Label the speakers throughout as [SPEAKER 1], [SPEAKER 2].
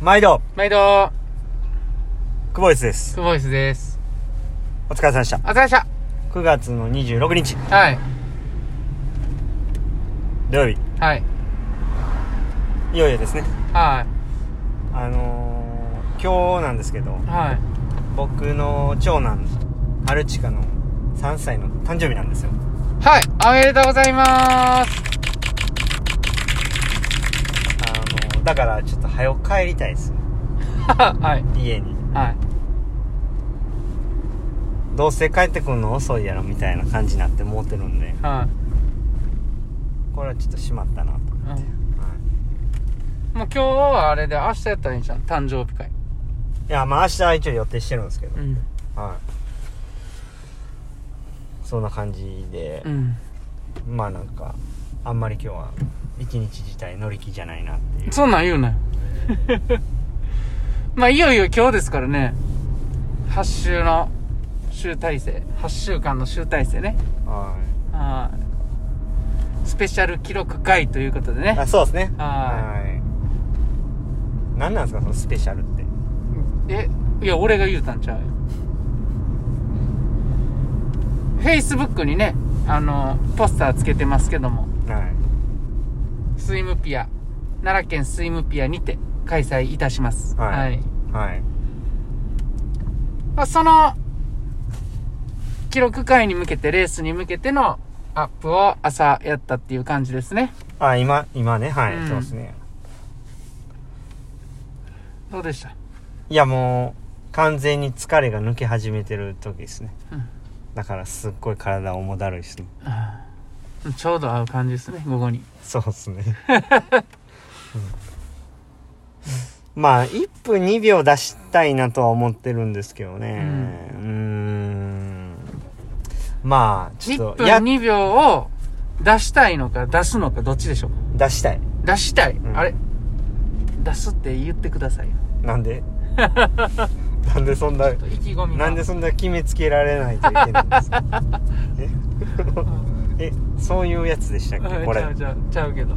[SPEAKER 1] 毎度、
[SPEAKER 2] 毎度、
[SPEAKER 1] 久保イスです。
[SPEAKER 2] クボイスです。
[SPEAKER 1] お疲れ様でした。
[SPEAKER 2] あざました。
[SPEAKER 1] 9月の26日、
[SPEAKER 2] はい。
[SPEAKER 1] 土曜日、
[SPEAKER 2] はい。
[SPEAKER 1] いよいよですね。
[SPEAKER 2] は
[SPEAKER 1] あのー、今日なんですけど
[SPEAKER 2] い。、はい。
[SPEAKER 1] 僕の長男、春近の3歳の誕生日なんですよ。
[SPEAKER 2] はい。おめでとうござい ます。
[SPEAKER 1] あのー、だからちょっと早く帰りたいです。
[SPEAKER 2] はい。
[SPEAKER 1] 家に。
[SPEAKER 2] はい。
[SPEAKER 1] どうせ帰ってくるの遅いやろみたいな感じになって思ってるんで、
[SPEAKER 2] はい。
[SPEAKER 1] これはちょっとしまったなと。
[SPEAKER 2] うん
[SPEAKER 1] はい
[SPEAKER 2] もう今日はあれで、明日やったらいいじゃん。誕生日会。
[SPEAKER 1] いや、まあ明日は一応予定してるんですけど、
[SPEAKER 2] うん。
[SPEAKER 1] はい。そんな感じで、
[SPEAKER 2] うん。
[SPEAKER 1] まあなんかあんまり今日は一日自体乗り気じゃないなっていう
[SPEAKER 2] そんなん言う なよ。まあ、いよいよ今日ですからね。8週の集大成。8週間の集大成ね。
[SPEAKER 1] は
[SPEAKER 2] はい。スペシャル記録会ということで
[SPEAKER 1] い
[SPEAKER 2] ね
[SPEAKER 1] あ。そうですね
[SPEAKER 2] は
[SPEAKER 1] はい何なんですかそのスペシャルって
[SPEAKER 2] えいや俺が言うたんちゃうよ Facebook にねあのポスターつけてますけども
[SPEAKER 1] はい
[SPEAKER 2] スイムピア奈良県スイムピアにて開催いたします
[SPEAKER 1] はいはい
[SPEAKER 2] まあ、その記録会に向けてレースに向けてのアップを朝やったっていう感じですね
[SPEAKER 1] あ今今ねはい、
[SPEAKER 2] うん
[SPEAKER 1] そうですね
[SPEAKER 2] どうでした
[SPEAKER 1] いやもう完全に疲れが抜け始めてる時ですね、
[SPEAKER 2] うん
[SPEAKER 1] だからすっごい体重だるいですね
[SPEAKER 2] あーちょうど合う感じですね午後に
[SPEAKER 1] そうですね、うんまあ1分2秒出したいなとは思ってるんですけどねうーんまあちょ
[SPEAKER 2] 1
[SPEAKER 1] っと
[SPEAKER 2] 分
[SPEAKER 1] や
[SPEAKER 2] 2秒を出したいのか出すのかどっちでしょうか
[SPEAKER 1] 出したい
[SPEAKER 2] 出したい、
[SPEAKER 1] ん
[SPEAKER 2] あれ出すって言ってくださいよ
[SPEAKER 1] なんで なんでそんな
[SPEAKER 2] ちょっと意気込みが
[SPEAKER 1] なんでそんな決めつけられないといけないんですかえ えそういうやつでしたっ
[SPEAKER 2] う
[SPEAKER 1] け
[SPEAKER 2] ん
[SPEAKER 1] こ
[SPEAKER 2] ち
[SPEAKER 1] れ
[SPEAKER 2] ゃうちゃうちゃうけど、
[SPEAKER 1] ん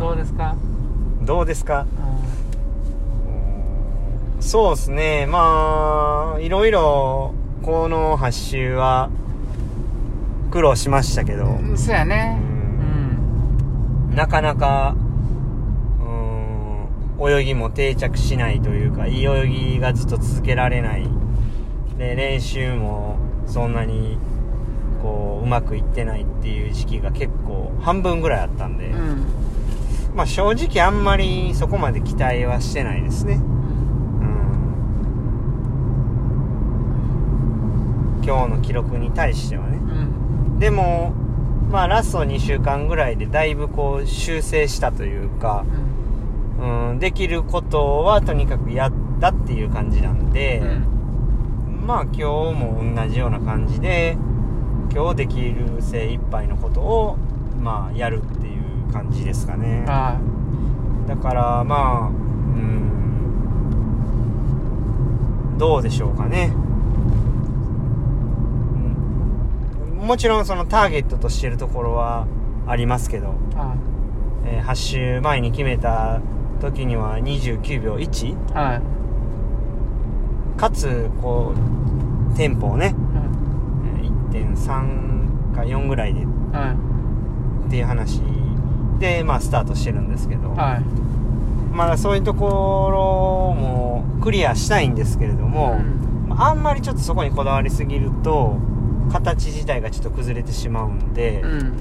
[SPEAKER 2] どうですか、
[SPEAKER 1] どうですか
[SPEAKER 2] う
[SPEAKER 1] そうですね。まあ、いろいろ、この8周は、苦労しましたけど、
[SPEAKER 2] ん、そうやね
[SPEAKER 1] う
[SPEAKER 2] うんん、
[SPEAKER 1] なかなか、うーん、泳ぎも定着しないというか、いい泳ぎがずっと続けられない。で、練習も、そんなに、こう、うまくいってないっていう時期が結構、半分ぐらいあったんで、
[SPEAKER 2] うん
[SPEAKER 1] まあ正直あんまりそこまで期待はしてないですね。うん今日の記録に対してはね
[SPEAKER 2] うん
[SPEAKER 1] でもまあラスト2週間ぐらいでだいぶこう修正したというか、うん、できることはとにかくやったっていう感じなんで、
[SPEAKER 2] うん
[SPEAKER 1] まあ今日も同じような感じで今日できる精一杯のことをまあやるっていう感じですかね
[SPEAKER 2] あ
[SPEAKER 1] だからまあうんどうでしょうかね、うん、もちろんそのターゲットとしてるところはありますけど、
[SPEAKER 2] あ
[SPEAKER 1] え8周前に決めた時には29秒1
[SPEAKER 2] あはい、
[SPEAKER 1] かつこうテンポをね
[SPEAKER 2] うん
[SPEAKER 1] えー1.3か4ぐらいでっ
[SPEAKER 2] はい
[SPEAKER 1] ていう話でまあスタートしてるんですけど、
[SPEAKER 2] はい
[SPEAKER 1] まだそういうところもクリアしたいんですけれども、まああんまりちょっとそこにこだわりすぎると形自体がちょっと崩れてしまうんで、
[SPEAKER 2] うんうん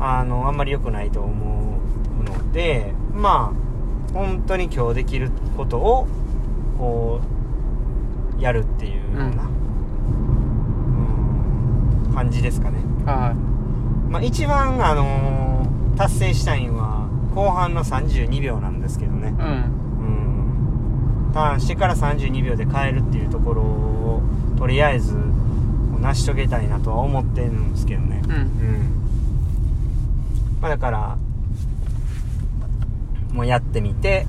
[SPEAKER 1] あのあんまり良くないと思うのでまあ本当に今日できることをこうやるっていうような、うん感じですかね。
[SPEAKER 2] は
[SPEAKER 1] まあ、一番、あのー達成したいのは後半の32秒なんですけどね
[SPEAKER 2] い、うん
[SPEAKER 1] うんターンしてから32秒で変えるっていうところをとりあえず成し遂げたいなとは思ってるんですけどね
[SPEAKER 2] う
[SPEAKER 1] うんん、まあ、だからもうやってみて、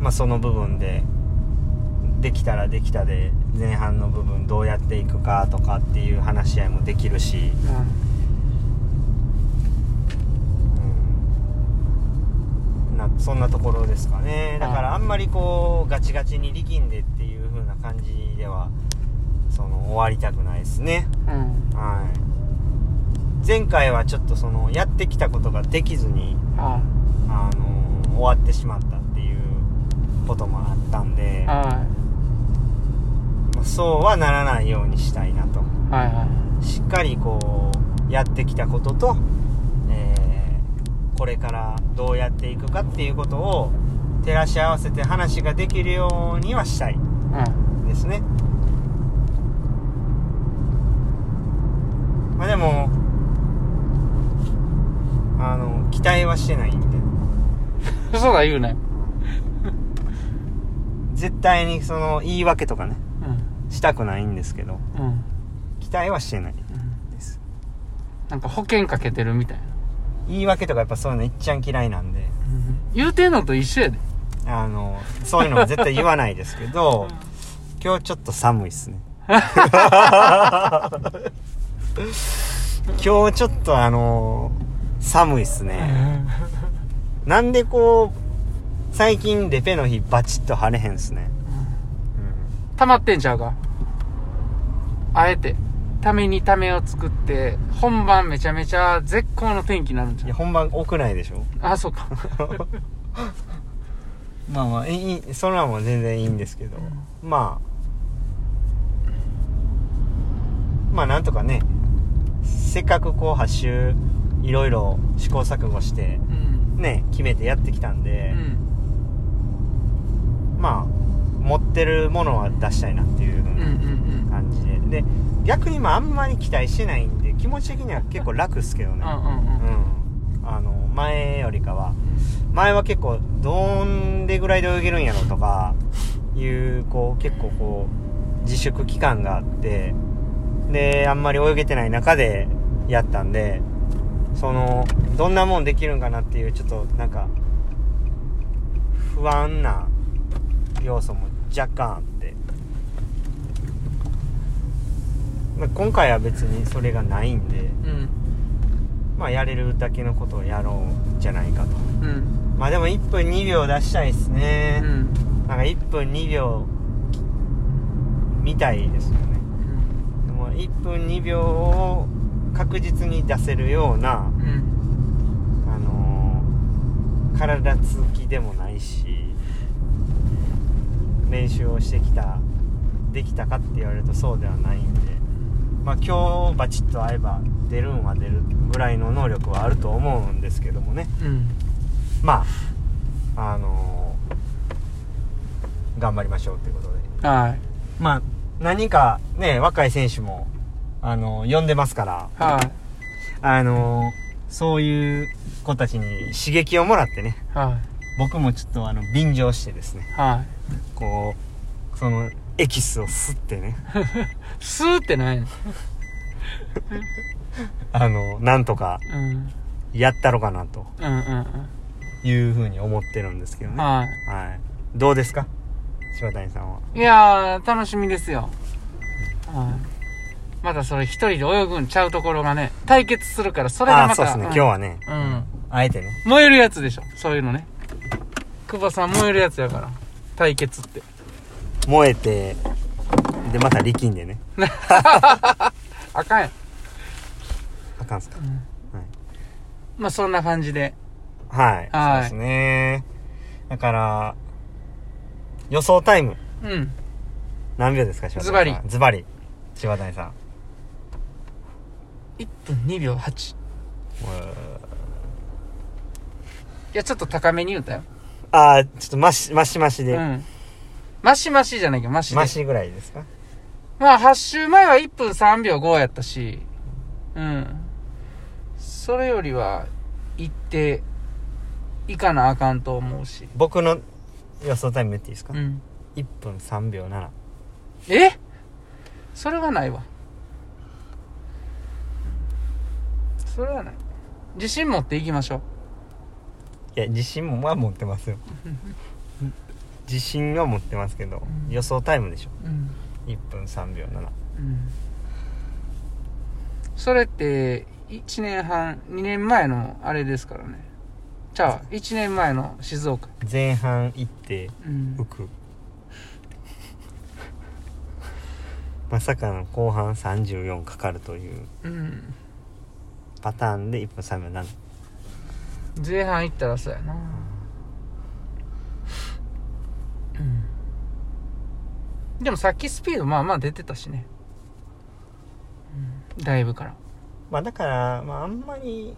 [SPEAKER 1] まあ、その部分でできたらできたで前半の部分どうやっていくかとかっていう話し合いもできるし、
[SPEAKER 2] うん
[SPEAKER 1] うんなそんなところですかねだか
[SPEAKER 2] は
[SPEAKER 1] らあんまりこうガチガチに力んでっていう風な感じではその終わりたくないですね
[SPEAKER 2] うん。
[SPEAKER 1] はい前回はちょっとそのやってきたことができずに
[SPEAKER 2] は
[SPEAKER 1] あの終わってしまったっていうこともあったんで
[SPEAKER 2] い。は
[SPEAKER 1] まあそうはならないようにしたいなと
[SPEAKER 2] い。はいは
[SPEAKER 1] しっかりこうやってきたことと、えーこれからどうやっていくかっていうことを照らし合わせて話ができるようにはしたい
[SPEAKER 2] い。うん。
[SPEAKER 1] ですねまあでもあの期待はしてないんで
[SPEAKER 2] 嘘だ言うね。
[SPEAKER 1] 絶対にその言い訳とかね
[SPEAKER 2] うん。
[SPEAKER 1] したくないんですけど
[SPEAKER 2] うん。うん
[SPEAKER 1] 期待はしてないです
[SPEAKER 2] なんか保険かけてるみたいな。
[SPEAKER 1] 言い訳とかやっぱそういうのいっちゃん嫌いなんで
[SPEAKER 2] 言うてんのと一緒やで。
[SPEAKER 1] あのそういうのは絶対言わないですけ ど今日ちょっと寒いっすね今日ちょっとあの寒いっすねなんでこう最近レペの日バチッと晴れへんっすね、
[SPEAKER 2] 溜まってんちゃうかあえて。ためにためを作って、本番めちゃめちゃ絶好の天気になるん
[SPEAKER 1] い
[SPEAKER 2] ちゃ
[SPEAKER 1] や
[SPEAKER 2] う
[SPEAKER 1] 本番多くないでしょ
[SPEAKER 2] あ、そうか。
[SPEAKER 1] まあまあいいそれはもう全然いいんですけど、まあまあなんとかねせっかくこう8周いろいろ試行錯誤して
[SPEAKER 2] うん。
[SPEAKER 1] ね決めてやってきたん
[SPEAKER 2] う
[SPEAKER 1] で、
[SPEAKER 2] ん。
[SPEAKER 1] まあ持ってるものは出したいなっていう
[SPEAKER 2] うんうんうん。
[SPEAKER 1] 感じで、で逆にまああんまり期待してないんで気持ち的には結構楽っすけど
[SPEAKER 2] う
[SPEAKER 1] ね、
[SPEAKER 2] んうんうん。
[SPEAKER 1] うんあの前よりかは前は結構どんでぐらいで泳げるんやろとかいうこう結構こう自粛期間があってであんまり泳げてない中でやったんでそのどんなもんできるんかなっていうちょっとなんか不安な要素も若干あって、まあ、今回は別にそれがないんで。
[SPEAKER 2] うん。
[SPEAKER 1] まあ、やれるだけのことをやろうじゃないかと
[SPEAKER 2] うん。
[SPEAKER 1] まあでも1分2秒出したいです
[SPEAKER 2] う
[SPEAKER 1] ね、
[SPEAKER 2] ん。
[SPEAKER 1] なんか1分2秒みたいですよねでも1分2秒を確実に出せるような、
[SPEAKER 2] うん。
[SPEAKER 1] あのー体つきでもないし練習をしてきたできたかって言われるとそうではないんでまあ今日バチッと合えば出るんは出るぐらいの能力はあると思うんですけどもね
[SPEAKER 2] うん。
[SPEAKER 1] まああのー頑張りましょうということで
[SPEAKER 2] はい。
[SPEAKER 1] まあ何かね若い選手もあのー呼んでますから
[SPEAKER 2] はい。
[SPEAKER 1] あのーそういう子たちに刺激をもらってね
[SPEAKER 2] は
[SPEAKER 1] 僕もちょっとあの便乗してですね
[SPEAKER 2] い。は
[SPEAKER 1] こうそのエキスを吸ってね
[SPEAKER 2] い。スーってないの
[SPEAKER 1] あのなんとか
[SPEAKER 2] うん。うん
[SPEAKER 1] やったろかなと
[SPEAKER 2] うん
[SPEAKER 1] いうふうに思ってるんですけど
[SPEAKER 2] うん。
[SPEAKER 1] ね
[SPEAKER 2] は。
[SPEAKER 1] はいどうですか柴谷さんはい
[SPEAKER 2] いやー、楽しみですよ。はい。まだそれ一人で泳ぐんちゃうところがね、対決するから、それがま
[SPEAKER 1] あ
[SPEAKER 2] た。
[SPEAKER 1] あそうですね、今日はね
[SPEAKER 2] 日うん。
[SPEAKER 1] あえてね
[SPEAKER 2] 燃えるやつでしょ、そういうのね。久保さん燃えるやつやから。対決って。
[SPEAKER 1] 燃えてでまた力んでね
[SPEAKER 2] あかんやん。
[SPEAKER 1] あかんっすか
[SPEAKER 2] まあそんな感じで。
[SPEAKER 1] はい、
[SPEAKER 2] はい
[SPEAKER 1] そうですねだから予想タイム
[SPEAKER 2] うん。
[SPEAKER 1] 何秒ですか柴谷さん
[SPEAKER 2] ズバリ
[SPEAKER 1] ズバリ柴谷さん
[SPEAKER 2] 1分2秒8。いや、ちょっと高めに言うたよ。
[SPEAKER 1] ああちょっとマシマシマシで、
[SPEAKER 2] うん。マシマシじゃないけど、マシで。
[SPEAKER 1] マシぐらいですか
[SPEAKER 2] まあ、8周前は1分3秒5やったし、うん。それよりは、行って、いかなあかんと思うし。
[SPEAKER 1] 僕の予想タイム言っていいですか、
[SPEAKER 2] うん。
[SPEAKER 1] 1分3秒7
[SPEAKER 2] えそれはないわ。それはない。自信持っていきましょ
[SPEAKER 1] いや自信もは持って ますよ自信は持ってますけど、
[SPEAKER 2] うん
[SPEAKER 1] 予想タイムでしょ
[SPEAKER 2] う。うん。
[SPEAKER 1] 1分3秒7
[SPEAKER 2] うん。それって、1年半、2年前のあれですからね。じゃあ、1年前の静岡。
[SPEAKER 1] 前半行って
[SPEAKER 2] うん。
[SPEAKER 1] 服まさかの後半34かかるという
[SPEAKER 2] うん。
[SPEAKER 1] パターンで1分3秒7
[SPEAKER 2] 前半行ったらそうやな。うん。でもさっきスピードまあまあ出てたしね。うん。だいぶから。
[SPEAKER 1] まあだから、まあ、あんまり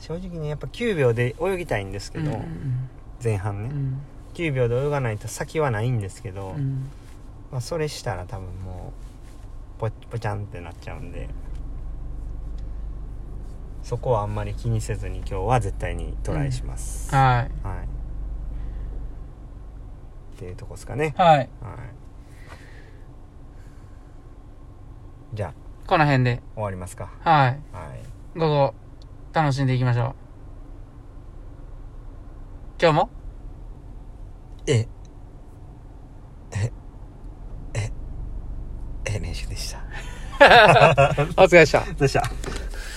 [SPEAKER 1] 正直ねやっぱ9秒で泳ぎたいんですけど、
[SPEAKER 2] うん
[SPEAKER 1] 前半
[SPEAKER 2] う
[SPEAKER 1] ね、
[SPEAKER 2] ん。
[SPEAKER 1] 9秒で泳がないと先はないんですけど、
[SPEAKER 2] うん。うん
[SPEAKER 1] まあ、それしたら多分もうぽぽちゃんってなっちゃうんでそこはあんまり気にせずに今日は絶対にトライします、
[SPEAKER 2] は
[SPEAKER 1] はいっていうとこですかね
[SPEAKER 2] い。はい。
[SPEAKER 1] はいじゃあ
[SPEAKER 2] この辺で。
[SPEAKER 1] 終わりますか
[SPEAKER 2] はい。
[SPEAKER 1] はい
[SPEAKER 2] 午後、楽しんでいきましょう。今日も
[SPEAKER 1] ええええ練習でした
[SPEAKER 2] お疲れでした。
[SPEAKER 1] どうした